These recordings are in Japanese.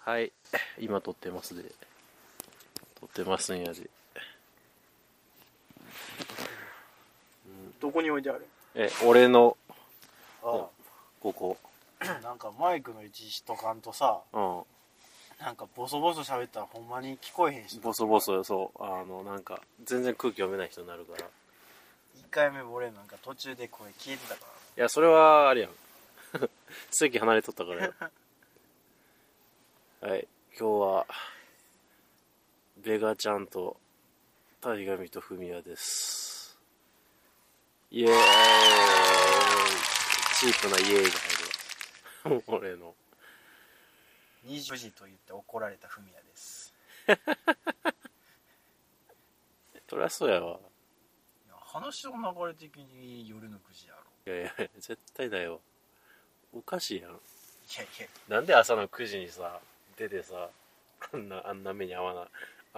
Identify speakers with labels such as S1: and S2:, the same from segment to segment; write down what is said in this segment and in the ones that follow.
S1: はい 今撮ってますで撮ってますんやで
S2: どこに置いてある
S1: え俺の
S2: あ
S1: ここ
S2: あなんかマイクの位置しとかんとさ
S1: う
S2: なんかボソボソ喋ったらほんまに聞こえへんし
S1: んボソボソそうあのなんか全然空気読めない人になるからい
S2: 1回目俺なんか途中で声消えてたか
S1: やそれはあれやん 席離れとったから よはい今日はベガちゃんとタイガミとフミヤですイエーイチープなイエーイが入るわ 俺の
S2: ら20時と言って怒られたフミヤです
S1: そりゃそうやわ
S2: いや話の流れ的に夜の9時やろ
S1: いやいや絶対だよおかしいやん
S2: いやいや
S1: なんで朝の9時にさ出てさあんなあんな目に遭わな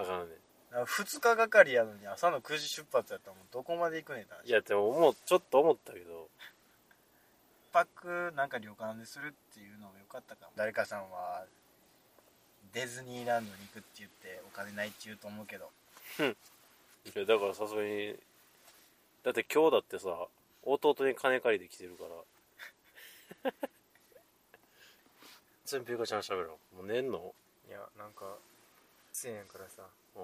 S1: あかんね
S2: だから2日がかりやのに朝の9時出発やったらもうどこまで行くねんって
S1: んい
S2: 話
S1: やでももうちょっと思ったけど
S2: 一泊なんか旅館でするっていうのもよかったかも誰かさんはディズニーランドに行くって言ってお金ないって言うと思うけど
S1: いやだからさすがにだって今日だってさ弟に金借りてきてるから全部ゆかちゃん喋ろうもう寝んの
S3: いやなんかせえへんからさ
S1: うん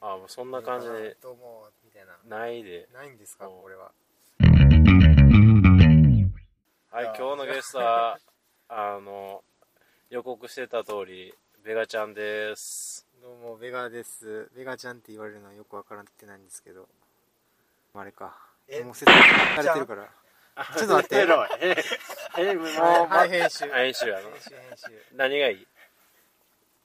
S1: あもうそんな感じで
S3: どうもみたいな
S1: ないで
S3: ないんですか
S1: お
S3: これは
S1: はい
S2: あー
S1: 今日のゲスト はあの予告してた通りベガちゃんです
S3: どうもベガですベガちゃんって言われるのはよくわからってないんですけどあれか
S2: え
S3: もう説明されてるからちょっと待っ て
S1: ロいえもう
S3: はい編集編
S1: 編集やの
S3: 集編集
S1: 何がいい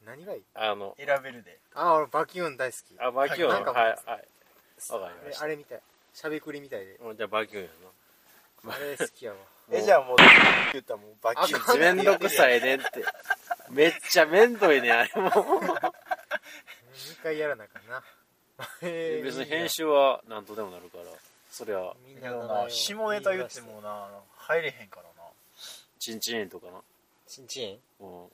S3: 何がいい
S1: あの
S2: 選べるで
S3: あ俺バキューン大好き
S1: あバキューン
S3: なんかもう
S1: はいはいわかりました
S3: あれあれみたいしゃべくりみたいで
S1: もうじゃあバキューンや
S3: あれ好きやわ
S2: えじゃあもう言ったらもうバキュ
S3: あ
S1: な
S3: か
S1: めんどくさいねんってめっちゃめんどいねんあれも
S3: 2回やらなあかんなえー
S1: 別に編
S3: い
S1: 集は何とでもなるからそりゃ
S3: いなみん
S2: で
S3: な
S2: も
S3: の名前
S2: な
S3: を
S2: 下ネタ言ってもな入れへんからな
S1: チンチンとかな
S3: チンチン
S1: うん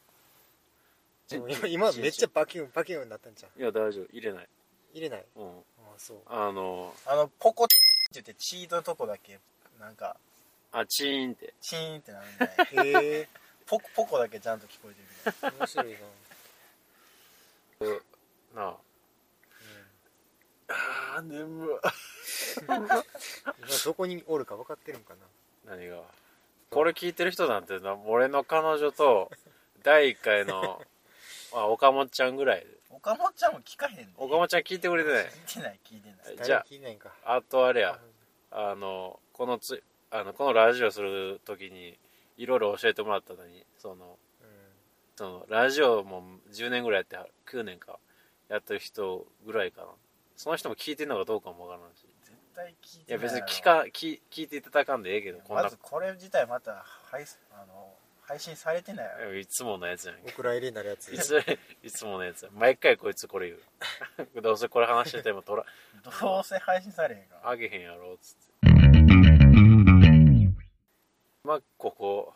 S3: でも今今めっちゃバキューンバキューンになったんじゃん
S1: いや大丈夫入れない
S3: 入れない
S1: うん
S3: あそう
S1: あの
S2: あのポコって言ってチートのとこだけなんか
S1: あチーンって
S2: チーンってなるんじゃない
S3: へえ
S2: ポコポコだけちゃんと聞こえてるみたい
S3: 面白いな、
S1: なああー眠い
S3: 今どこにおるか分かってるんかな
S1: 何がこれ聞いてる人なんてな俺の彼女 と第1回のあ岡本ちゃんぐらい
S2: 岡本ちゃんも聞かへんで
S1: 岡本ちゃん聞いてくれて ない
S2: 聞いてない聞いてない
S1: じゃあ
S3: 誰も聞いてないんか
S1: あとあれやあのこのつあのこのラジオする時にいろいろ教えてもらったのにその
S3: う
S1: そのラジオも10年ぐらいやってはる9年かやってる人ぐらいかなその人も聞いてるのかどうかもわからんし
S2: 絶対聞い
S1: い
S2: て
S1: や
S2: ない
S1: 別に聞か聞聞いていただかんでええけどこん
S2: ま
S1: な
S2: ずこれ自体また配信あの配信されてないよ
S1: いつものやつやん
S3: んお蔵入れになるやつ
S1: いついつものやつや毎回こいつこれ言う どうせこれ話してても取ら
S2: どうせ配信されへんから
S1: あげへんやろっつってまあここ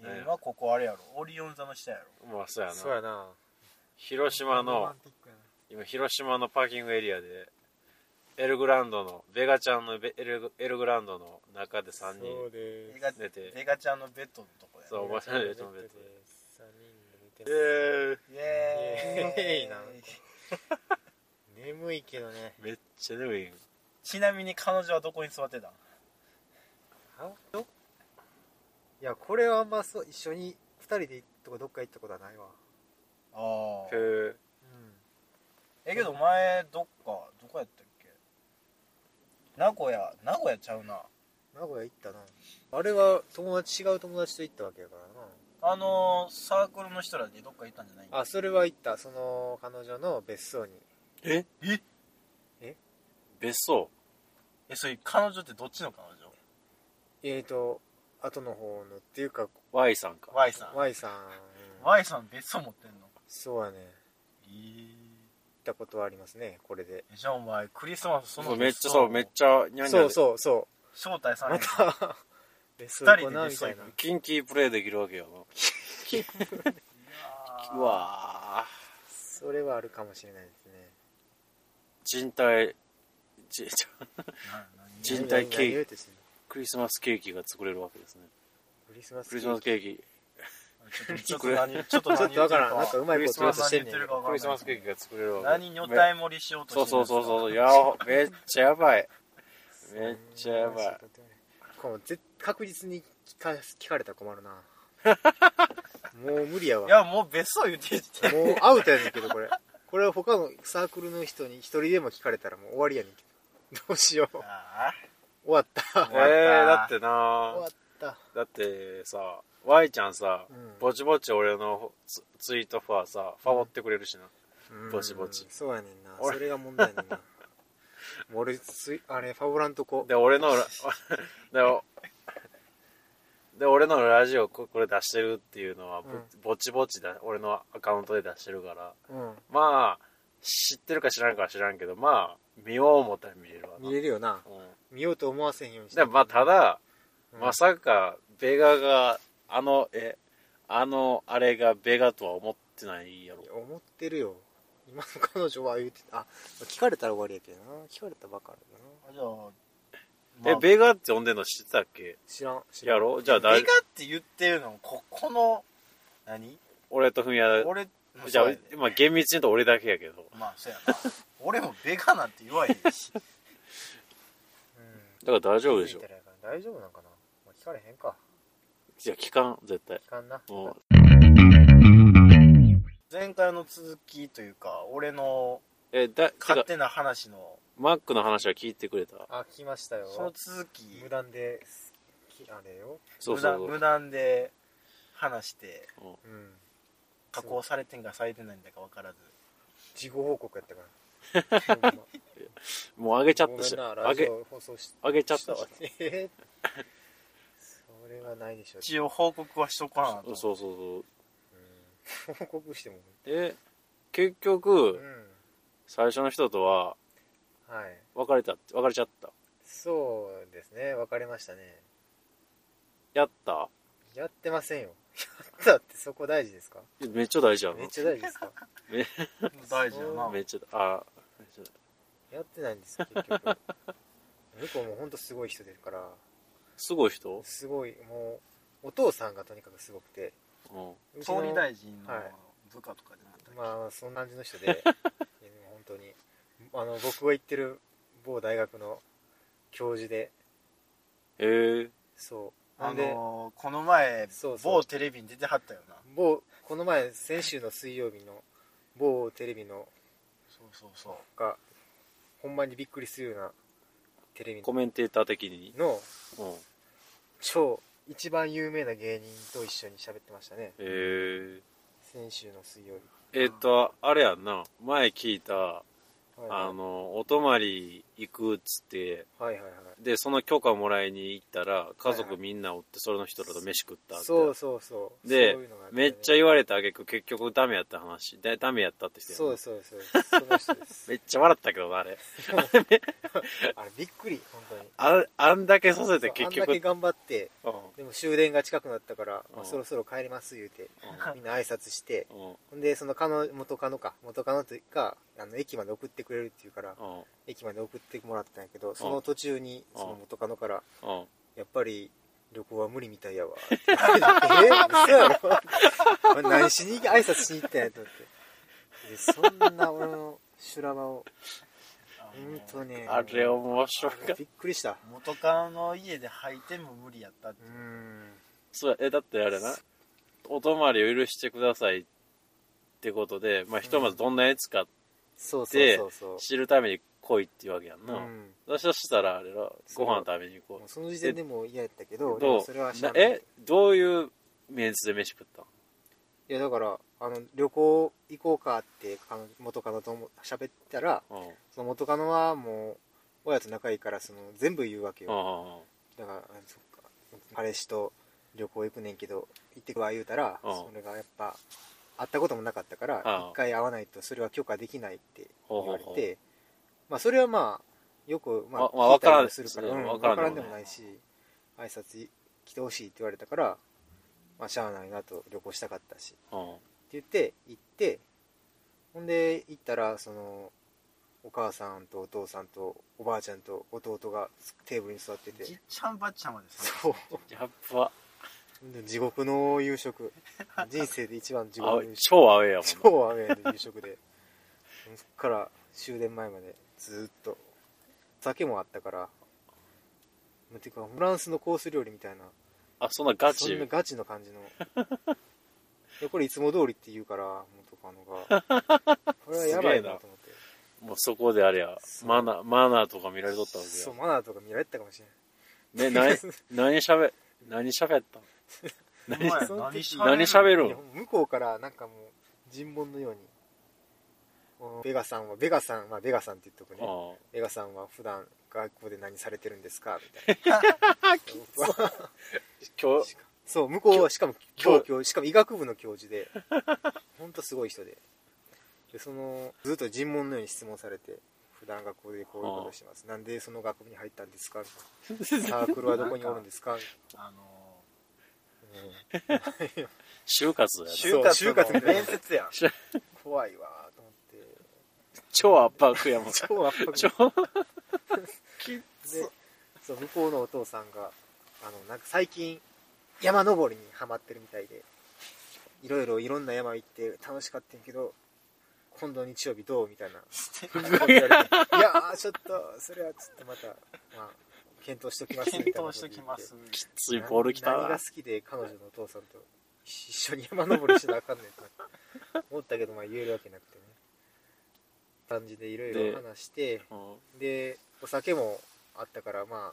S2: えー今ここあれやろオリオン座の下やろ
S1: まあそうやな
S3: そうやな
S1: 広島
S3: ロマ
S1: の
S3: ンティックやな
S1: 今広島のパーキングエリアでエルグランドのベガちゃんのベエルエルグランドの中で3
S3: そう
S1: 人
S3: で
S2: ベガ
S1: 寝て
S2: ベガちゃんのベッドのとこや
S1: そうお前らで止めて
S3: 3人で寝て
S1: えー
S2: イエーイ
S3: イエーイな眠いけどね
S1: めっちゃ眠いん
S2: ちなみに彼女はどこに座ってたん
S3: あいやこれはあんまそう一緒に2人で行ったとかどっか行ったことはないわ
S2: ああ
S1: へ
S2: えけど前どっかどこやったっけ名古屋名古屋ちゃうな
S3: 名古屋行ったなあれは友達違う友達と行ったわけやからな
S2: あのーサークルの人らでどっか行ったんじゃない
S3: あそれは行ったその彼女の別荘に
S1: え
S2: え
S1: 別荘
S2: えそれ彼女ってどっちの彼女
S3: えーと後の方のっていうか
S1: Y さんか
S2: Y さん Y,
S3: Y さんうん
S2: さん別荘持ってんの
S3: そうやね行っ
S2: えー
S3: たことはありますねこれで
S2: えじゃあお前クリスマスそ
S1: そ
S2: の
S1: うめっちゃそうめっちゃニャンニャ
S3: そ
S1: ン
S3: うそうそ
S2: 招待さ
S3: う
S2: れへん
S3: また別
S2: 二
S3: 荘
S2: 人
S3: 行
S2: で
S3: こうな
S2: 別
S3: み
S2: 荘行
S3: たい
S2: く
S3: な
S1: キンキープレイできるわけよな うわー
S3: それはあるかもしれないですね
S1: 人体じ
S2: な何
S1: 人体ケーキ
S3: 何を言うてしてんの
S1: クリスマスケーキが作れるわけですね
S3: クリスマス
S1: クリスマスケーキ
S2: ちょっと何ちょっと
S3: ちょっ
S2: 何
S3: と
S2: 言
S3: わ
S2: って
S3: か
S2: る
S3: らんなんかうまいこと言おうとしてんねんけど
S1: クリスマスケーキが作れるわけ
S2: 何女体盛りしようとして
S1: そうそうそうそ
S2: う
S1: うやおめっちゃやばいめっちゃやばい
S3: こうぜ確実に聞か聞かれたら困るなもう無理やわ
S2: やもう別荘言ってて
S3: もうアウトやねんけどこれこれは他のサークルの人に一人でも聞かれたらもう終わりやねんけどどうしよう
S2: あ
S3: 終わった
S1: え
S2: わった
S1: ー、だって
S3: 終わ
S1: な
S3: った
S1: だってさ Y ちゃんさ、
S3: うん
S1: ぼちぼち俺のツツイートファーさファボってくれるしな、
S3: うん
S1: ぼちぼち
S3: そうやねんな
S1: 俺
S3: それが問題やねんな もう俺ついあれファボランとこ
S1: で俺のラ でおで俺のラジオここれ出してるっていうのはぼ,、
S3: うん
S1: ぼちぼちだ俺のアカウントで出してるから
S3: うん
S1: まあ知ってるか知らんかは知らんけどまあ見よう思ったら見れるわな
S3: 見れるよな
S1: う
S3: 見ようと思わせへんように
S1: ん、でまあただ、
S3: うん
S1: まさかベガがあのえあのあれがベガとは思ってないやろ
S3: いや思ってるよ今の彼女は言うてあ聞かれたら終わりやけどな聞かれたばかりだな
S2: あじゃあ、
S1: え
S2: ベ
S1: ベガって呼んでんの知ってたっけ
S3: 知らん知ら
S1: や
S3: ん
S1: ろじゃあ
S2: ガっ
S1: 誰
S2: て言ってるのここの何
S1: 俺とフミヤ
S2: 俺
S1: じゃあ
S2: そうやで
S1: まあ厳密に言うと俺だけやけど
S2: まあそうやな俺もベガなんて言わへんし
S3: う
S1: だ
S3: ん
S1: から大丈夫でしょ
S3: 気づいてないから大丈夫なんかな、まあ、聞かれへんか
S1: いや聞かん絶対
S3: 聞かんな
S1: もう
S2: 前回の続きというか俺の
S1: えだて
S2: 勝
S1: か
S2: 手な話の
S1: マックの話は聞いてくれた
S3: あ聞きましたよ
S2: その続き
S3: 無断できあれよ
S1: そう
S2: 無
S1: そう
S2: 断
S1: そう
S2: 無断で話して
S3: うん
S2: 加工されてんかされてないんだか分からず
S3: 事後報告やった からほん
S1: もうあげちゃ
S3: ま
S1: っ
S3: ご
S1: た
S3: め
S1: し
S3: んな
S1: あ
S3: ラジ
S1: げ
S3: オ放送し
S1: あげちゃっ
S3: したた
S1: し
S3: わねそれはないでしょう、
S2: 一応報告はしとかな
S1: そう
S2: と
S1: そうそう
S3: うん、報告しても
S1: え結
S3: う
S1: 局
S3: ん
S1: 最初の人とは
S3: はい
S1: 別れたって別れちゃった
S3: そうですね別れましたね
S1: やった
S3: やってませんよやったってそこ大事ですか
S1: めっちゃ大事やな
S3: めっちゃ大事ですか
S2: 大事やな
S1: めっちゃあめっちゃ
S3: やってないんですよ結局向こうも本当すごい人ですから
S1: すごい人、
S3: すごいもうお父さんがとにかくすごくて
S1: うん、
S3: うちの
S2: 総理大臣の
S3: はい
S2: 部下とかじゃなかったっけ
S3: まあそんな感じの 人でいやでも本当にあの僕が行ってる某大学の教授で
S1: えー、
S3: そうな
S2: あ
S3: んで、
S2: のーこの前
S3: そうそう
S2: 某テレビに出てはったよな
S3: 某この前先週の水曜日の某テレビの
S2: そうそうそう
S3: がほんまにびっくりするようなテレビ
S1: コメンテーター的に、
S3: の
S1: うん、
S3: 超一番有名な芸人と一緒に喋ってましたね
S1: えー、
S3: 先週の水曜日
S1: えっ、とあれやんな前聞いた
S3: はいはい
S1: あのお泊まり行くっつって
S3: はいはいはい
S1: でその許可もらいに行ったら家
S3: はいは
S1: 族
S3: い
S1: みんなおってそれの人らと飯食ったって
S3: そうそうそう
S1: で
S3: そういうのがあてね
S1: めっちゃ言われたあげく結局ダメやった話でダメやったって人やん
S3: そうそうそうその人で す
S1: めっちゃ笑ったけどなあれ
S3: あれびっくり本当に
S1: ああんだけさせ
S3: そ
S1: て
S3: う
S1: 結
S3: あんだ
S1: 局
S3: け頑張って
S1: うん
S3: でも終電が近くなったから、
S1: う
S3: まあ、
S1: ん
S3: そろそろ帰ります言うて
S1: う
S3: みんな挨拶して
S1: んうん
S3: ほんでその彼女元カノか元カノというかあの駅まで送ってくれるっていうから
S1: うん
S3: 駅まで送ってもらったんやけどその途中にその元カノから
S1: うん
S3: やっぱり旅行は無理みたいやわ。え 嘘やろ お前何しに挨拶しに行ったんやと思って。でそんな俺の修羅場を、
S2: あの
S3: 本当ね。
S1: あれ面白かった
S3: びっくりした。
S2: 元カノの家で履いても無理やったって
S3: うーん。
S1: そうえだってあれなお泊まりを許してくださいってことで、まあ、ひとまずどんなやつか
S3: そうそうそうそう。
S1: 知るために来いっていうわけやんな、
S3: うん
S1: 私としたらあれら
S3: そ
S1: ご
S3: う
S1: 飯食べに行こ
S3: もう
S1: う
S3: その時点でもう嫌やったけど、で
S1: ど
S3: も
S1: う
S3: それは知
S1: な
S3: らない。
S1: えどういうメンツで飯食ったん
S3: いやだからあの旅行行こうかって彼女元カノとも喋ったら
S1: うんうん
S3: その元カノはもう親と仲いいからその全部言うわけよ
S1: うん
S3: だからあそっか彼氏と旅行行くねんけど行ってくわ言うたら
S1: うん
S3: それがやっぱ会ったこともなかったから
S1: うん
S3: 一回会わないとそれは許可できないって
S1: ほう
S3: 言
S1: ほう
S3: われ
S1: ほう
S3: てまあそれはまあよくまあ
S1: わまあ
S3: 聞い
S1: わか
S3: たり
S1: ら
S3: も
S1: ん
S3: するから
S1: う
S3: うんん
S1: わ
S3: わ
S1: からん
S3: からんで
S1: で
S3: も
S1: もな
S3: ないいし挨拶来てほしいって言われたからまあしゃあないなと旅行したかったし
S1: うん
S3: って言って行ってほんで行ったらそのお母さんとお父さんとおばあちゃんと弟がテーブルに座ってて
S2: じっちゃんばっちゃんまです ね
S3: そう
S1: やっぱ
S3: で地獄の 夕食人生で一番地
S1: あ
S3: 獄の夕食
S1: 超アウェーやもんな
S3: 超アウェーの夕食でそっから終電前までずっと酒もあったからてかフランスのコース料理みたいな
S1: あそんなガ
S3: そ
S1: チ
S3: んなガチの感じの いやこれいつも通りって言うから元カノがこれはやばいなと思って
S1: もうそこであれや
S3: そう
S1: マナーマナーとか見られとったわ
S3: そう
S1: け
S3: マナーとか見られてたかもしれ
S1: やね何 何しゃべ何しゃべったん
S2: お前
S3: その時
S1: 何しゃべ
S2: る
S1: る
S3: ない
S1: ん
S3: いや向こうからなんかもう尋問のようにこうベガさんはベガさんまあベガさんって言っとくね
S1: あ
S3: ベガさんは普段学校で何されてるん ですかみたいな
S1: 今 日
S3: そう向こうはしかも
S1: 教
S3: 教教しかも医学部の教授で本当すごい人ででそのずっと尋問のように質問されて普段学校でこういうことしてますなんでその学部に入ったんですかサークルはどこにおるんですか
S2: あの
S3: うん
S1: 就活やな
S3: 就活の
S2: 就活の面接やん
S3: 怖いわーと思って
S1: 超圧迫やもん
S3: 超圧迫
S1: 超
S3: でそう向こうのお父さんがあのなんか最近山登りにハマってるみたいでいろいろいろんな山行って楽しかったんやけど今度日曜日どうみたい ないやーちょっとそれはちょっとまた、まあ、検討しときますみ
S2: 検
S3: たいなこ
S2: 討
S3: と
S2: し
S3: 言
S2: と
S3: って
S2: きます
S1: ついボールきた
S3: 何何
S1: な
S3: が好きで彼女のお父さんと一緒に山登りしなあかんねんと 思ったけどまあ言えるわけなくてね感じでいろい
S1: で
S3: ろ話して
S1: うん
S3: でお酒もあったからまあ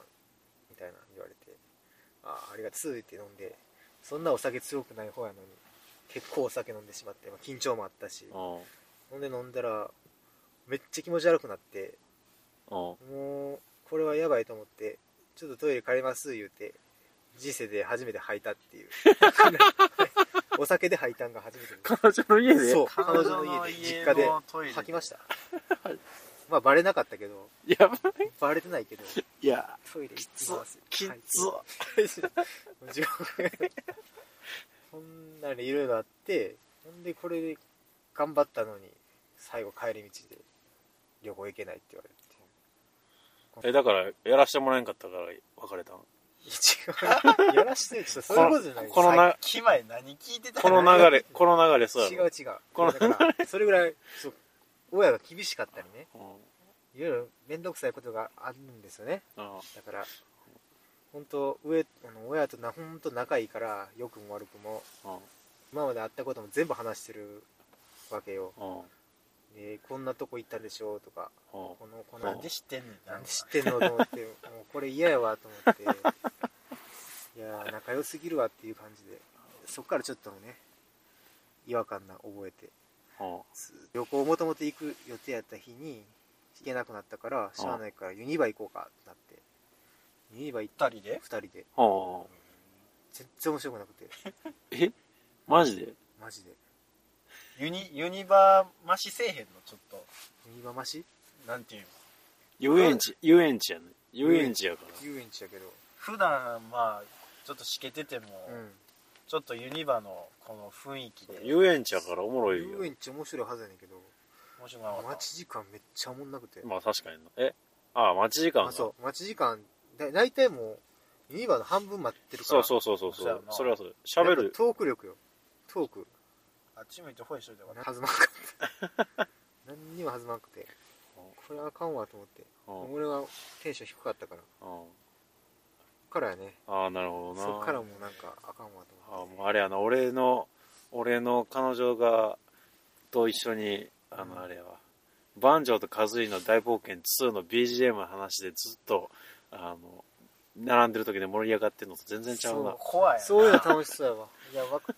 S3: みたいな言われて「ああありがとう」って飲んでそんなお酒強くない方やのに結構お酒飲んでしまって、まあ、緊張もあったし
S1: うん
S3: ほんで飲んだらめっちゃ気持ち悪くなって
S1: うん
S3: もうこれはやばいと思ってちょっとトイレ借ります言うて人生で初めて吐いたっていうお酒で吐いたんが初めてです
S1: 彼女の家で
S3: そう
S2: 彼
S3: 彼
S2: 女
S3: 女
S2: の
S3: の
S2: 家
S3: 家
S2: で実
S3: で実
S2: 家で
S3: 家で
S2: 吐
S3: 吐
S2: き
S3: き
S2: ま
S3: ま
S2: し
S3: したたまあバレなかったけど
S1: やばい
S3: バレてないけど
S1: いや
S3: トイレ行きます
S1: きつ
S3: はい地獄 こんなにいろいろあってほんでこれで頑張ったのに最後帰り道で旅行行けないって言われて
S1: えだからやらしてもらえんかったから別れたん
S3: 一応やらしてちょっとそういうことじゃないです
S1: このな
S2: さっき前何聞いてた
S1: この流れこの流れそう
S3: 違
S1: やろ
S3: う違う
S1: この
S3: だからそれぐらいそう親が厳しかったりねいろいろ面倒くさいことがあるんですよね
S1: うんうん
S3: だから本当上あの親とな本当仲いいから良くも悪くも今まで会ったことも全部話してるわけよ
S1: うん
S3: でこんなとこ行ったでしょとか
S1: うん
S3: このこの
S2: なんで知ってんねん
S3: なんで知ってんのと思ってもうこれ嫌やわと思っていやー仲良すぎるわっていう感じでそっからちょっとね違和感な覚えて
S1: うん
S3: 旅行もともと行く予定やった日に行けなくなったからしゃあないからユニバ行こうかってなってユニバ行った
S2: 二人で
S3: 2人で
S1: うん
S3: 全然面白くなくて
S1: えマジで
S3: マジで
S2: ユニユニバーマシせえへんのちょっと
S3: ユニバマシ
S2: なんていうの
S1: 遊園地遊園地やね遊園地やから
S3: 遊園地やけど
S2: 普段まあちょっとしけてても、
S3: うん
S2: ちょっとユニバのこの雰囲気で面
S1: 遊園地やからおもろいよ
S3: 遊園地面白いはずやねんけど
S2: 白くなかった
S3: 待ち時間めっちゃおもんなくて
S1: まあ確かになえああ待ち時間
S3: あ
S1: が
S3: そう待ち時間だ大体もうユニバの半分待ってるか
S1: そう
S3: ら
S1: そうそうそう
S2: そう
S1: そ
S2: や
S1: う
S2: な
S1: それはそう喋
S3: やっ
S1: る
S3: ぱトーク力よトーク
S2: あっち向いてほいしといてよかっ
S3: 弾まんかった 何にも弾まんくてこれあかんわと思って
S1: うんうん
S3: 俺はテンション低かったからこっからやね
S1: ああなるほどな
S3: そっからもうなんかあかんわと
S1: あも
S3: 思って
S1: うあれやな俺の俺の彼女がと一緒にあ
S3: うん
S1: のあれやわ「バンジョーとカズイの大冒険2」の BGM の話でずっとあの並んでる時で盛り上がってんのと全然ちゃうな
S2: 怖いな
S3: そういうの楽しそうやわいやわか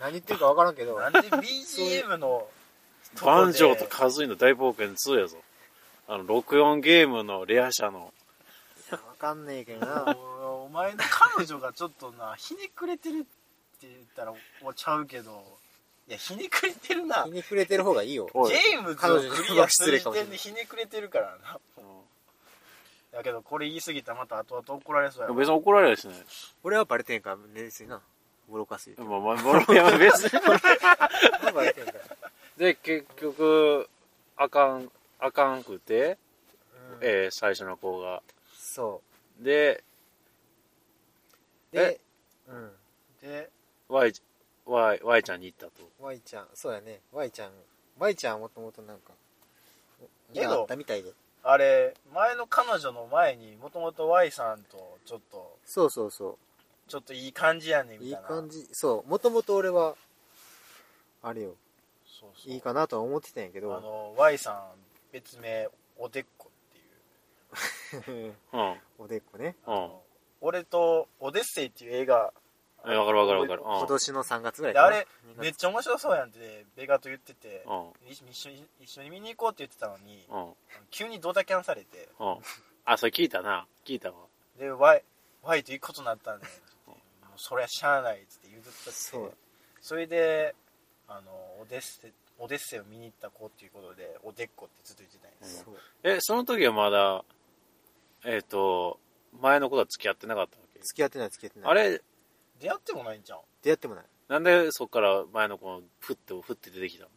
S3: 何言ってるか分からんけど
S2: なんで BGM のとこ
S1: 万
S2: で
S1: 丈とカズイの大冒険2やぞあの64ゲームのレア社の
S3: 分かんねえけど
S2: お
S3: な
S2: お前の彼女がちょっとなひねくれてるって言ったらおちゃうけどいやひねくれてるな
S3: 気に触れてる方がいいよ
S1: おい
S2: ゲームズをクリアする時
S3: 彼女に
S2: 点でひねくれてるからな
S1: う
S2: だけどこれ言い過ぎたらまた後々怒られそうや
S1: ん
S2: わ
S1: 別に怒られないしね
S3: 俺はバレてんから別になボロかすよ
S1: まあまあまあいや別に
S3: バレてんから
S1: で結局あかんあかんくて、
S3: うん
S1: えー最初の子が
S3: そ
S1: で
S3: うでうん
S2: で
S1: Y, y, y ちゃんに行ったと
S3: Y ちゃんそうやね Y ちゃん Y ちゃんはもともとなんか
S2: けど
S3: があったみたいで
S2: あれ前の彼女の前にもともと Y さんとちょっと
S3: そうそうそ
S2: ちょっといい感じやねん
S3: う
S2: み
S3: い
S2: た
S3: い
S2: いな
S3: 感じそうもともと俺はあれよ
S2: そうそう
S3: いいかなとは思ってたんやけ
S2: あ
S3: ど
S2: の Y さん別名おでっこっていう
S1: うんうん
S3: おでっこね
S2: あの俺と「オデッセイ」っていう映画
S1: えわかるわかるわかる
S3: 今
S1: う
S3: 年の3月ぐらい
S2: であれ
S3: 二月
S2: めっちゃ面白そうやんってベガと言ってて
S1: んうん
S2: 一緒に一緒に一緒に見に行こうって言ってたのに
S1: うん
S2: 急にドタキャンされて
S1: うんあそれ聞いたな聞いたわ
S2: で Y, y と行くことになったんでもうそりゃしゃあないっつって言うとったって
S3: そう
S2: それであのオデッセオデッセイを見に行った子っていうことでおでっこってずっと言ってたんです
S3: そう
S1: えその時はまだえっ、と前の子とは付き合ってなかったわけ
S3: 付き合ってない付き合ってない
S1: あれ
S2: 出会ってもないんじゃん
S3: 出会ってもない
S1: なんでそっから前の子のふってふって出てきたの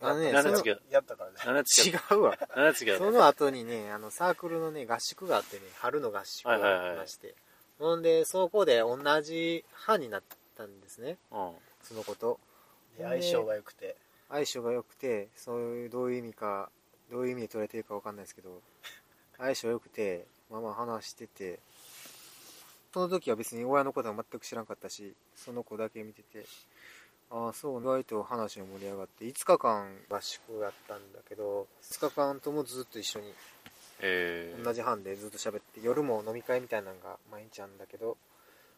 S3: あのね
S1: な
S3: そ
S1: んで
S3: の
S1: 付き合う
S2: やったからね
S1: 何で付き合っ
S3: 違うわ
S1: た何で付き合った
S3: その後にねあのサークルのね合宿があってね春の合宿がありまして、ほんでそこで同じ班になったんですね
S1: うん
S3: その子と
S2: で相性が良くて
S3: 相性が良くてそういうどういう意味かどういう意味で取られてるか分かんないですけど相性良くてまあまあ話しててその時は別に親のことは全く知らんかったしその子だけ見ててああそう意外と話が盛り上がって5日間合宿やったんだけど5日間ともずっと一緒に
S1: えー
S3: 同じ班でずっと喋って夜も飲み会みたいなのが毎日あるんだけど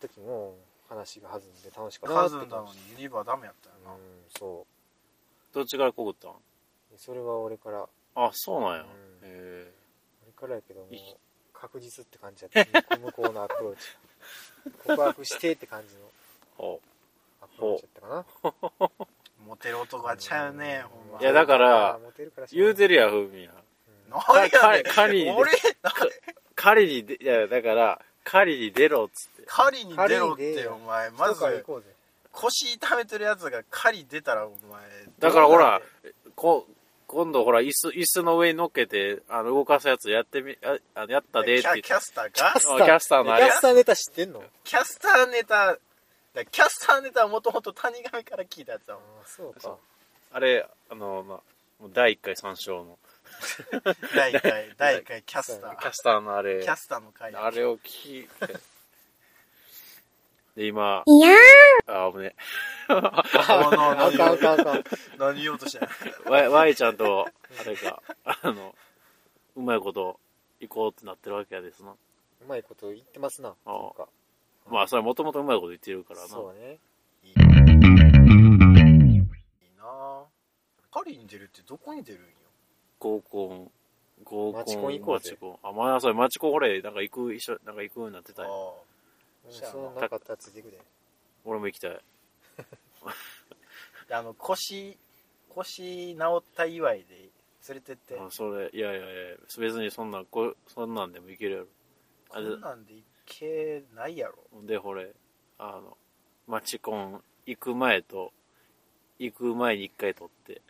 S3: 時も話が弾んで楽しかったな
S2: カ
S3: っ
S2: ズ
S3: て
S2: ンな
S3: 感
S2: の
S3: じ
S2: にリバーダメやったよ
S3: う
S2: な、
S3: んそ
S1: どっちからこぐったん
S3: うそれは俺から
S1: あそうなんや、
S3: うん
S1: え
S3: これからやけども
S1: い
S3: 確実って感じだった向こうのアプローチ 告白してって感じの
S1: ーお
S3: アプローチだったかな
S2: モテる男はちゃうね、ほんま
S1: いやだから
S3: あーモテるからし
S1: 言うてるやんふみや
S3: うん
S2: 何やねん
S1: か狩りに
S2: 俺なんか
S1: 狩りにでいやだから狩りに出ろっつって
S2: 狩りに出ろっ
S3: 狩りに出
S2: て
S3: よ
S2: お前ま
S3: 人から行
S2: ず
S3: こうぜ
S2: 腰痛めてるやつが狩り出たらお前
S1: だからほらこ今度ほら椅子椅子の上に乗っけてあの動かすやつやってみああやったでって
S2: キ
S1: 言
S2: ャ
S1: っ
S2: キ
S1: て
S2: ャスターか
S1: あキャスターのあれ
S3: キャスターネタ知ってんのあ
S2: キャスターネタだキャスターネタはもともと谷上から聞いたや つだもん
S3: ーそう
S1: そう
S3: か
S1: あれあの、まあ、もう第1回参照の
S2: 第1 回第1回キャスタ
S1: キャ
S2: ー
S1: スターのあれ
S2: キャスターの回
S1: あれを聞いてで今
S4: いや
S1: あ危ね
S2: あの
S3: あかんあかんあかん
S2: 何言おうとしてんの
S1: わわいちゃんとあれがあのうまいこと行こうってなってるわけやですな
S3: うまいこと言ってますなそうか
S1: まあそれはもともとうまいこと言ってるからな
S3: そうね
S2: い いなぁ狩りに出るってどこに出るんよ
S1: 合コン合コン
S3: マチコン行こうぜ
S1: マチコンあまあそれマチコンほれなんか行く一緒なんか行くようになってた
S2: あ
S1: よ
S2: あ
S3: うんそうなかったらついていくで
S1: 俺も行きたい
S2: であの腰腰治った祝いで連れてって
S1: あそれいやいやいや別にそんなこそんなんでも行けるやろ
S2: こんなんでいけないやろ
S1: でほれあのマチコン行く前と行く前に一回撮って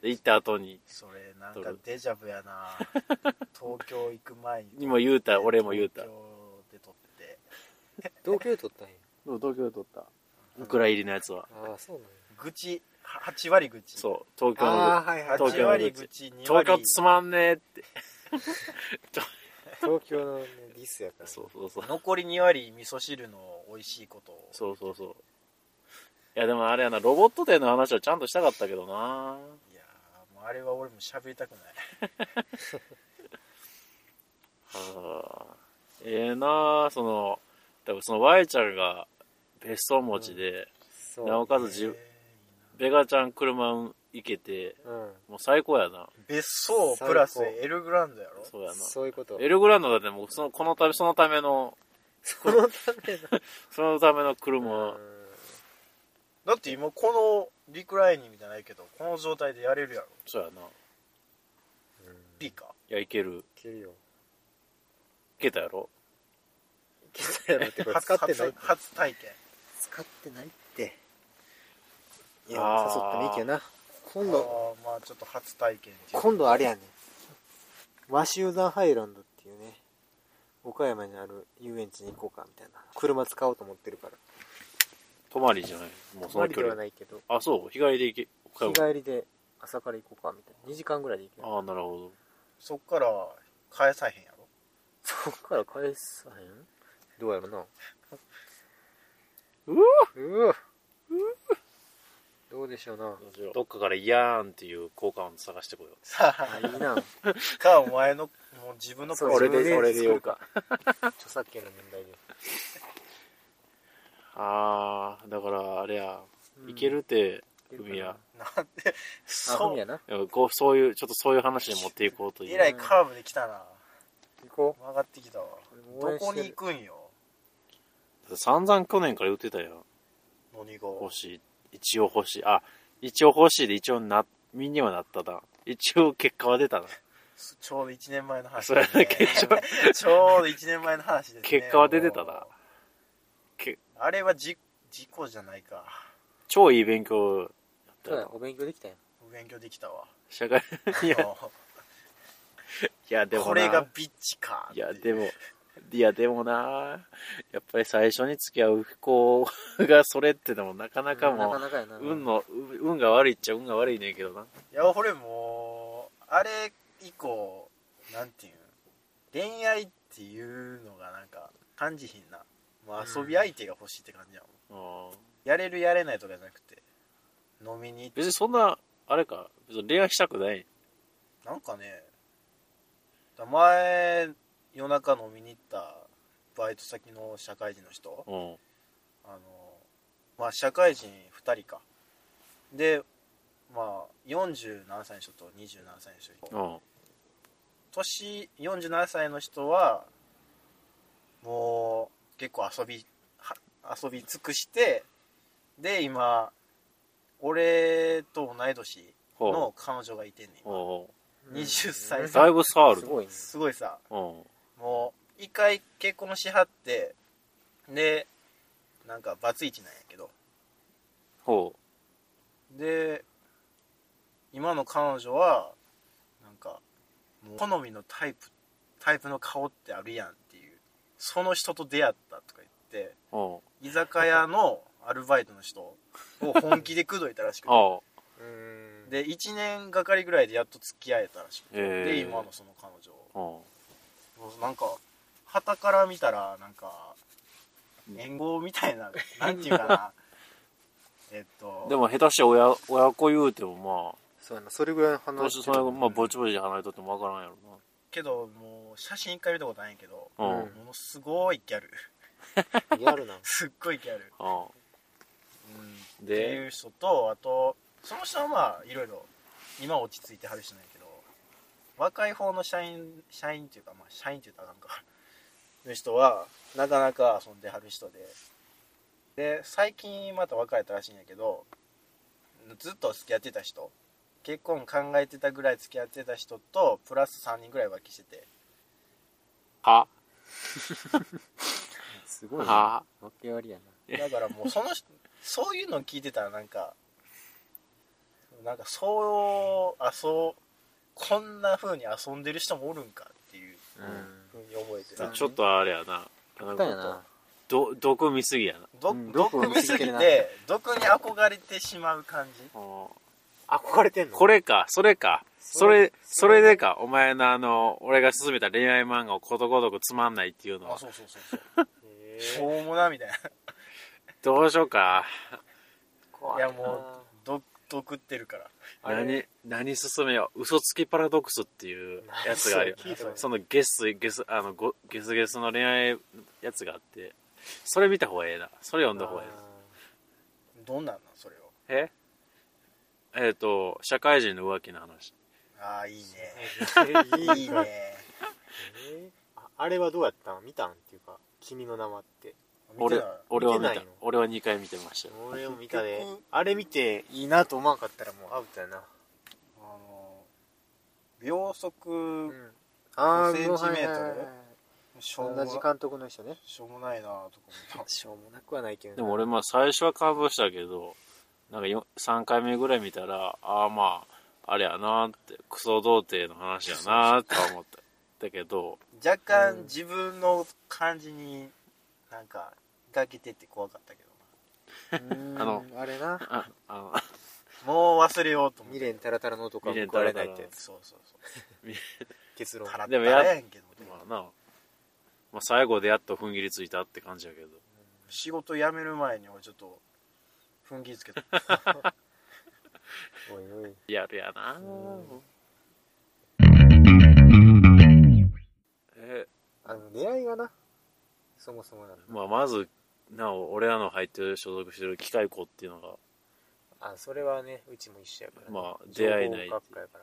S1: で行った後に
S2: それなんかデジャブやな 東京行く前に
S1: にも言うた俺も言うた
S2: 東京で撮って
S3: 同居取ったんや
S1: 東京で撮ったウクラ入りのやつは
S3: ああそうなんや
S2: 愚痴は8割愚痴
S1: そう東京
S3: ああ
S1: の
S3: はいはい
S1: 東
S2: 8
S1: 京の
S2: 割
S1: 愚痴
S2: 愚痴2
S1: 東
S2: 割
S1: 京つまんねえって
S3: 東京のねディスやからね
S1: そうそうそう
S2: 残り2割味噌汁の美味しいことを
S1: そうそうそういやでもあれやなロボット店の話はちゃんとしたかったけどない
S2: やーもうあれは俺も喋りたくない
S1: あーええなあその多分その Y ちゃんが別荘持ちで、
S3: そう
S1: なおかつじゅベガちゃん車ん行けて
S3: うん
S1: もう最高やな
S2: 別荘プラスエルグランドやろ
S1: そうやな
S3: そういうこと
S1: エルグランドだってもうそのこのためそのための
S3: そのための
S1: そのための
S3: う
S1: 車
S3: ん
S2: だって今このリクライニングじゃないけどこの状態でやれるやろ
S1: そうやない
S2: いか
S1: いやいける
S3: いけるよ
S1: いけたやろ
S3: いけたやろってこれ
S2: 初
S3: 使ってない
S2: 初初体験
S3: 使ってないってい
S1: あ
S3: や誘
S1: ー
S3: ってもいいけどな今
S2: あ
S3: 度
S2: あまあちょっと初体験っていう
S3: 今度あれやねワシューザンハイランドっていうね岡山にある遊園地に行こうかみたいな車使おうと思ってるから
S1: 泊まりじゃないもうそ
S3: 泊ま
S1: の
S3: り
S1: 距
S3: では
S1: 離
S3: ないけど
S1: あそう日帰りで行け
S3: 日帰りで朝から行こうかみたいな2時間ぐらいで行ける
S1: ああなるほ
S2: そっから返さへんやろ
S3: そっから返さへんどうやろな
S1: どうわ
S3: うわどうでしょうな
S1: どっかから「いやーん」っていう交換を探してこよ
S2: さ
S3: あいいな
S2: あ かお前のもう自分の
S3: そう
S1: 俺
S2: 声
S1: で
S3: 自分
S1: 俺で
S3: 作る
S1: 言う
S3: か著作権の問題で
S1: うああだからあれや
S3: う ん
S1: いけるって
S3: いけるかな
S1: 海や
S2: なんで
S3: あ海
S2: そう
S3: やな
S1: うんこうそういうちょっとそういう話に持っていこうとい
S2: え
S1: う
S2: らいカーブできたな
S3: 行こ
S2: 曲がってきたわ
S3: う
S2: どこに行
S3: く
S2: くんよ
S1: 散々去年から言ってたやん
S2: 何が
S1: 欲しい一応欲しいあ一応欲しいで一応な身にはなったな一応結果は出たな
S2: ちょうど1年前の話
S1: それ
S2: ですね
S1: 結
S2: ちょうど1年前の話です ね
S1: 結果は出てたなけ
S2: あれはじ事故じゃないか
S1: 超いい勉強だった
S3: そう
S1: よ
S3: やお勉強できたよ
S2: お勉強できたわ
S1: 社会 いや
S2: あ
S1: いやで
S2: の
S1: もな
S2: これがビッチか
S1: いやでもいやでもなやっぱり最初に付き合う子がそれってのもなかなか
S3: な
S1: も
S3: か
S1: う
S3: なかやな
S1: 運の運が悪いっちゃ運が悪いねんけどない
S2: や俺もうあれ以降なんていうん恋愛っていうのがなんか感じひんなもう遊び相手が欲しいって感じやもん、
S1: うん
S2: やれるやれないとかじゃなくて飲みに行って
S1: 別にそんなあれか別に恋愛したくない
S2: なんかねだ前夜中飲みに行ったバイト先の社会人の人、
S1: うん
S2: あのまあ社会人2人かでまあ40何歳の人と20何歳の人
S1: うん
S2: 年47歳の人はもう結構遊びは遊び尽くしてで今俺と同い年
S1: ほう
S2: の彼女がいてんねん今
S1: ほ
S3: うん
S2: 20歳
S1: うだいぶ差ある
S3: すごいね
S2: すごいさ
S1: うん
S2: もう一回結婚しはってでなんかバツイチなんやけど
S1: ほ
S2: で今の彼女はなんかもう好みのタイプタイプの顔ってあるやんっていうその人と出会ったとか言って
S1: ううん
S2: 居酒屋のアルバイトの人を本気で口説いたらしく
S1: あ
S2: て
S1: あ
S3: うん
S2: で1年がかりぐらいでやっと付き合えたらしくて、
S1: へえ
S2: で今のその彼女を
S1: うん
S2: もうなんか傍から見たらなんか援護みたいななんていうかな えっと
S1: でも下手して親親子言うても
S3: そうやなそれぐら
S1: ま
S3: いの
S1: あどう
S3: 話
S1: して
S3: して
S1: そ
S3: る
S1: れまあぼちぼちで離れとってもわからんやろ
S2: けどもう写真一回見たことないんやけど
S1: なうん
S3: う
S1: うんん
S2: ものすごいギャル
S3: リアルな
S2: すっごいギャル、うん、って
S1: で
S2: いう人とあとその人はまあいろいろ今落ち着いてはる人なんやけど若い方の社員社員っていうかまあ社員っていうかなんかの人はなかなか遊んではる人でで最近また別れたらしいんやけどずっと付き合ってた人結婚考えてたぐらい付き合ってた人とプラス3人ぐらい浮気してて
S1: は
S3: すごいな
S1: は
S3: 訳ありやな
S2: だからもうその人そういうのを聞いてたらなんかなんかそうあそうこんな風に遊んでる人もおるんかっていう
S3: う
S2: 風に思えて
S3: そう
S2: な
S1: ちょっとあれやななん
S3: んだよ
S1: か
S3: な
S1: ど毒見すぎやな
S2: ど
S3: うん
S2: 毒見すぎて毒に憧れてしまう感じ
S1: うん
S3: 憧れてんの
S1: これかそれか
S3: そ
S1: そ
S3: れ
S1: れそれでかお前のあの俺が勧めた恋愛漫画をことごとくつまんないっていうの
S2: あ
S1: は
S2: そうそうそう
S3: へ
S2: そうし
S3: ー
S2: ょうもなみたいな
S1: どうしようか
S3: 怖
S2: いやもうどト送ってるから
S3: あれ
S1: 何何進めよう嘘つきパラドックスっていうやつがあるよ
S2: 聞いたことない
S1: そのゲスゲスあのごゲスゲスの恋愛やつがあってそれ見た方がええなそれ読んだ方がえ
S2: どんなんなんそれを
S1: えなええっと社会人の浮気の話
S2: ああいい
S3: あー
S2: ねい
S3: い
S2: い
S3: い
S2: ね
S3: ねえーああれはどうやったん見たんっていうか君の名はって
S2: 見
S1: 俺
S2: てない
S1: 俺は見
S3: 見て
S1: た
S3: ないの
S1: 俺は2回見てましたよ
S3: 俺も見たで
S2: 結局
S3: あれ見ていいなと思わんかったらもうアウトやな
S2: あの秒
S3: う
S2: 速
S3: んあ
S2: 5センチメートルしょうも
S3: 同じ監督の人ね
S2: しょうもないなとか思っ
S3: しょうもなくはないけど
S1: でも俺まあ最初は感動したけどなんかよ3回目ぐらい見たらああまああれやなーってクソ童貞の話やなーって思っただけど
S2: た 若
S3: うん
S2: 干自分の感じになんか抱けてって怖かったけど
S3: あの
S1: の
S3: あれな
S1: ああの
S2: なもう忘れようと思っ
S3: 未
S2: て
S3: 練たらたらの男は
S1: 未練
S3: 報
S1: た
S3: わ
S1: ら
S3: れ
S1: た
S3: な
S1: ら
S3: いってやつ
S2: そうそうそ
S3: 結
S2: う
S3: 論
S2: たらった
S1: でも
S2: ら
S1: や
S2: やんけど
S1: まあな、まあ、最後でやっと踏ん切りついたって感じやけど
S2: 仕事辞める前に俺ちょっと踏ん切り つけた
S3: おいおい
S1: やるやな
S3: うん
S1: え
S3: あの出会いがなそもそもなの
S1: まあまずなお俺らの入ってる所属してる機械校っていうのが
S3: あそれはねうちも一緒やからね、
S1: まあ出会いない
S3: 情報学科やから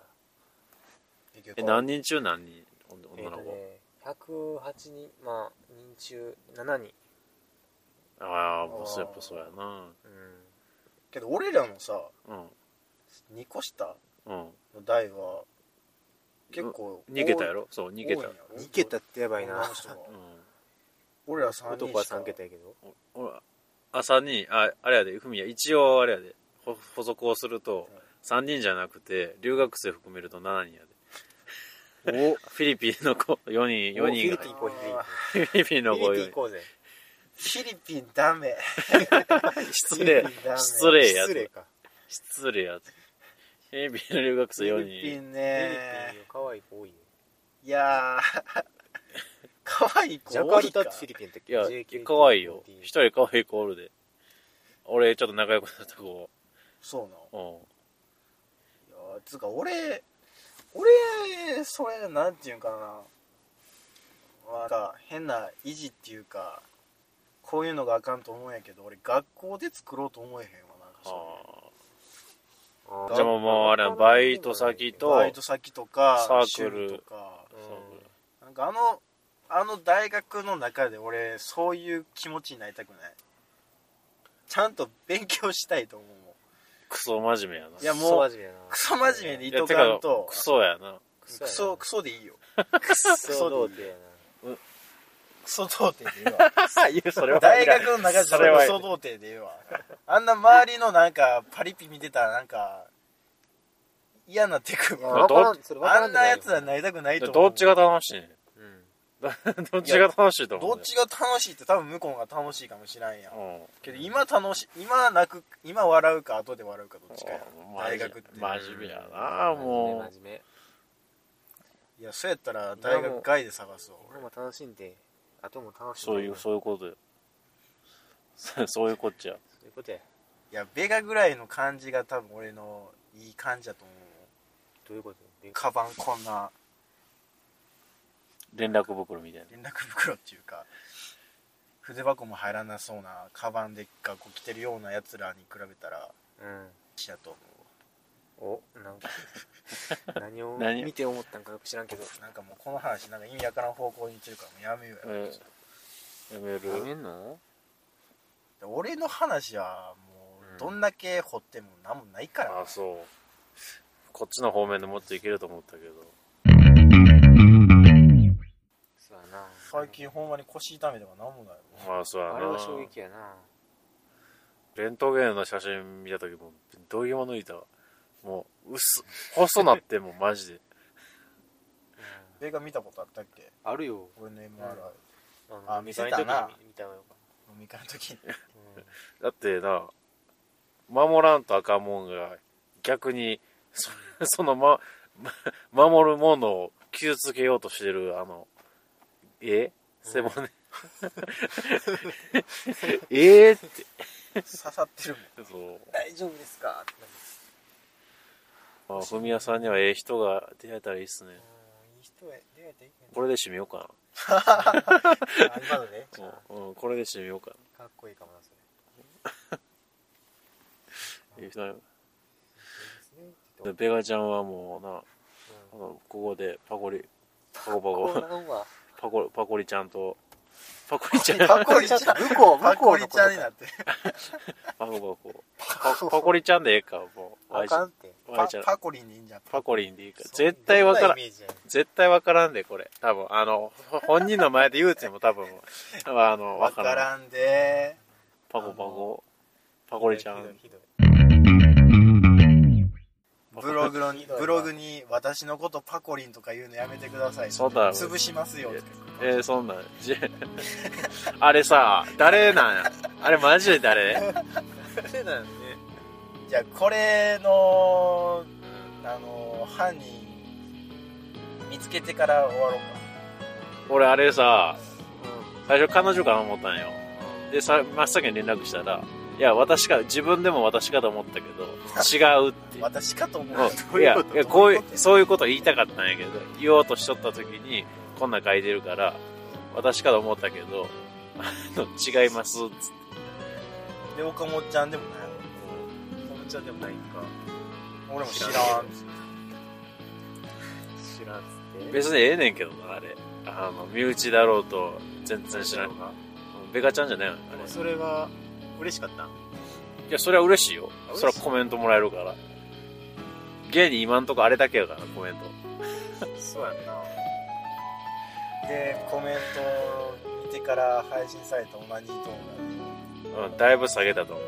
S1: え何人中何人おん
S3: えっ、
S1: 女の
S3: と
S1: 子、
S3: ね108人まあ人中7人
S1: ああもうそうやっぱそうやな
S3: う
S2: けど俺らのさ
S1: うん
S2: 2個下
S1: うん
S2: の代は結構
S1: 逃げたやろそう逃げたうん
S3: ん2桁ってやば
S2: ば
S3: い
S2: い
S3: な
S2: な俺ら3人
S3: 男は3桁やけど
S1: おおあ三人ああれやでふみや一応あれやでほ補足をすると
S2: うん
S1: 3人じゃなくて留学生含めると7人やでお フィリピンの子4人4人
S3: お
S1: が
S3: フィリピン行
S1: 入
S3: こ
S1: フィリピンの子4
S3: うフィリピン行こうフィリピン行こうぜ
S2: フィリピンダメ
S1: 人失礼
S2: フィリピンダメ
S1: 失礼や
S3: 失礼
S1: つ
S3: か
S1: 失礼やつフィリピンの留学
S2: フ
S1: 生
S2: ィリピ
S1: 4人
S2: ン
S3: フ
S2: ね
S3: ィリピンよ可愛い子多いよ
S2: いやー 可愛い子
S3: ジャ
S2: 多
S3: カ
S2: い
S3: ル
S2: か
S3: タってフィリピンだっ
S1: い
S3: け
S1: や
S3: JKT
S1: 可愛いよ1人可愛い子おるで俺ちょっと仲良くなった子
S2: そうなの
S1: うん
S2: いやーつうか俺俺それなんていうんかななんか変な意地っていうかこういうのがあかんと思うんやけど俺学校で作ろうと思えへんわなんかそ
S1: あ
S3: あ
S1: ー
S3: ー
S1: じゃあもうもうあれやバイト先
S2: ういう
S1: と
S2: バイト先とか
S1: サークル
S2: 趣味とか
S1: ー
S3: うん
S2: なんかあのあの大学の中で俺そういう気持ちになりたくないちゃんと勉強したいと思うもん
S1: クソ真面目やない
S2: やもう
S3: クソ真面目やな
S2: クソ真面目でい
S1: いや
S2: と
S1: て
S2: か
S1: か
S2: んと
S1: クソやな
S3: ク
S2: クソク
S3: ソ
S2: ソでいいよ
S3: やなクソ
S2: ソ
S3: 童貞や
S2: クソ童貞でいいわ
S1: いやそれ
S2: 大学の中じゃ
S1: それは
S2: クソ童貞でいいわあんな周りのなんかパリピ見てたらなんか嫌なってくる
S3: な
S1: や
S3: わからんそれわから
S2: あ
S3: で
S2: ん
S3: も
S2: な
S3: よ
S2: やつはなりたくないと思う
S1: どっちが楽しいねん
S3: うん
S1: どっちが楽しいと思
S2: ど
S1: う
S2: っ
S1: ね
S2: ちが楽しいって多分向こうが楽しいかもしらんやん
S1: うん
S2: けど今楽しい今泣く今笑うか後で笑うかどっちかや
S1: うん
S2: 大学って
S1: 真面目やなもう
S3: 真面目真面目
S2: いやそうやったら大学外で探そう
S3: 俺も楽しんで後も楽し
S1: そ
S3: んで
S1: ういうそういうことよ そそういうこっちゃ
S3: そういうことや
S2: いやベガぐらいの感じが多分俺のいい感じだと思う
S3: どういうことで
S2: カバンこんな
S1: 連絡袋みたいな
S2: 連絡袋っていうか筆箱も入らなそうなカバンで学校着てるようなやつらに比べたら
S3: うん
S2: しだと思
S3: おなんか 何を
S1: 何
S3: 見て思ったんかよく知らんけど
S2: うなんかもうこの話なんか意味わからん方向に行ってるからもうやめようや、
S1: えやめる
S3: やめんの
S2: で俺の話はも
S3: うん
S2: うどんだけ掘っても何もないから、
S1: あそうこっちの方面でもっといけると思ったけど
S3: そうやな
S2: 最近ほんまに腰痛めとか何もないもん
S1: まあそうやな
S3: あれは衝撃やな
S1: レントゲンの写真見た時もどういうものいたわもう薄細なってもうマジで
S3: うん
S2: 映画見たことあったっけ
S3: あるよ
S2: 俺の MRI、
S3: の
S2: あ見せたな
S3: 飲み会の時に見たわよ
S2: 飲み会の時に
S3: うん
S1: だってな守らんとあかんもんが逆に そその、ま、 ま守るものを傷つけようとしてるあのえ背骨、ええって
S2: 刺さってるもん
S1: そう
S3: 大丈夫ですかってなる
S1: ああ、文也さんにはええ人が出会えたらいいっすね。
S3: うんいい人へ出会えていいね
S1: これで締めようか
S3: あ今のね
S1: な。うん、うんこれで締めようか
S3: かっこいいかもなそれ
S1: な。ええ人だよ
S3: いいですねちょ
S1: で
S3: っ
S1: ベガちゃんはもうな、
S3: と
S1: あのここでパコリ、パコパ
S3: うんこん
S1: コ、
S3: なんは
S1: パコ、パコリちゃんと、パコリちゃん、パ
S2: パコリちゃん
S3: ちょっと向こう
S2: パ
S3: 向こ
S2: コ
S3: う
S2: リ
S3: の
S2: ちゃんに
S3: こと
S2: なって
S1: コパコ、パパコリちゃんでええか、もう。
S3: あかんって
S1: ワイ
S2: パ
S1: ちゃん、
S2: パコリンでいいんじゃん
S1: パコリンでいいか。絶対わからん
S3: そんなイ。メージやね
S1: 絶対わからんで、これ。多分、あの、ほ本人の前で言うても多分、 あの、わ
S2: わ
S1: か
S2: から
S1: ん。
S2: らんで
S1: パコパコ、パコリちゃ
S3: ひどい
S1: ん。
S3: ひどい
S2: ブログに
S3: ひどいな
S2: ブログに私のことパコリンとか言うのやめてください
S1: そうだろ
S2: 潰しますよとか
S1: えー、そん なん、じあれさ、誰なんや。あれマジで誰
S3: 誰なんね
S2: じゃあこれのあの犯人見つけてから終わろう
S1: 俺あれさ、
S3: う
S1: 最初彼女かな思ったんよ。で、さ、真っ先に連絡したら、いや、私か、自分でも私かと思ったけど、違うって
S2: か。私かと思う
S1: う
S2: ど
S1: ん、
S2: う
S1: いや
S2: うこと
S1: いやこういうそういうこと言いたかったんやけど言おうとしとった時にこんなん書いてるから私かと思ったけどあの違いますっつって
S2: で岡本ちゃんでもない
S3: んかぼちゃでもないんか
S2: 俺も知らん
S3: 知らん知らんっつって
S1: 別にええねんけどなあれあの身内だろうと全然知らんうんベカちゃんじゃないのあれ
S3: それは嬉しかった
S1: いやそれは嬉しいよ
S3: 嬉しい
S1: それはコメントもらえるから現に今んとこあれだけやからコメント
S3: そうやんな
S2: でコメント見てから配信された同じ動
S1: うん、だいぶ下げたと思う。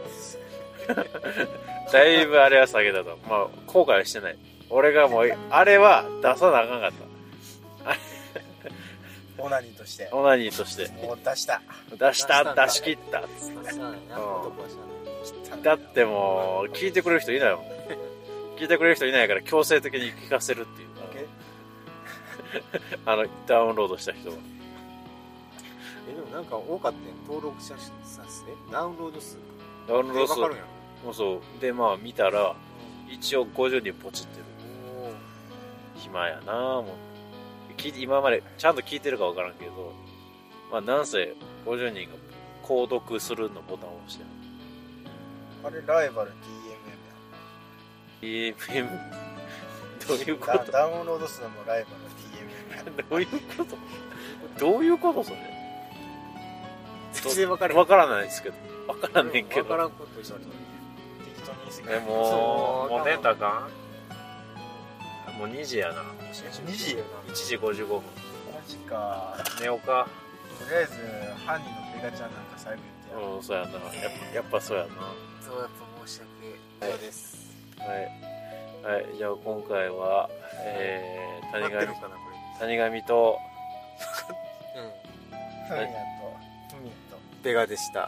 S1: だいぶあれは下げたと思う。まあ、後悔はしてない。俺がもう、あれは出さなあかんかった。
S2: 画オナニーとして
S1: オナニーとして。
S2: もう出した
S1: 出し
S3: 出した
S1: た、
S3: んだ
S1: 出し切ったっつっ
S3: そうやな
S1: うん
S3: 男はしゃ
S1: て。だってもう、聞いてくれる人いないもん。聞いてくれる人いないから強制的に聞かせるっていう。 あの、ダウンロードした人は。
S3: あないえでもなんか多かったよ登録者数さすねダウンロード数
S1: ダウンロード
S3: わ
S1: 数
S3: かるやん
S1: もそう。で、まあ見たら、一応50人ポチってる。
S3: おー
S1: 暇やなぁ、もう。聞いて、今までちゃんと聞いてるかわからんけど、まあなんせ50人が購読するのボタンを押して
S2: あれライバル DMM
S1: る。EFM? どういうこ
S2: やダ
S1: と
S2: ダウンロード数もライバル DMM や
S1: どういうことどういうことそれ
S3: 全然わかる
S1: わからないですけど。わからんねんけ
S3: わか
S1: ど。
S3: らんこと言われて
S2: 適当に言い過ぎ
S1: え、もう、
S3: そう
S1: もう寝たかんもう2時やな。
S3: る
S2: 2時
S3: よ
S1: 1時55分。
S2: マジか
S1: 寝ようか。
S2: とりあえず犯人のペガちゃんなんか最後言ってやる、
S1: うん、そうやな。やっぱ、やっぱそうやな。
S3: なそうやっぱ申し訳ないです
S1: はい。はい、じゃあ今回は、えー、
S3: 合っ
S1: 谷
S3: てる
S1: 上
S3: か、なこ
S1: 谷上と、
S3: れうん
S2: ふみやとふみや
S3: ベガでした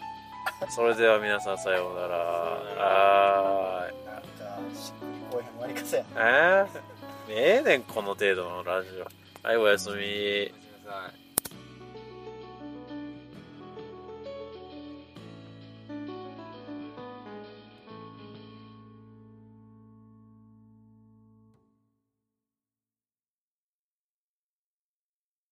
S1: それでは皆さんさようなら。は
S2: となんかしっくりこうへん終わり方や
S1: ーい。えー、ええねん、この程度のラジオ。はい、おやすみ
S3: ご。めんなさい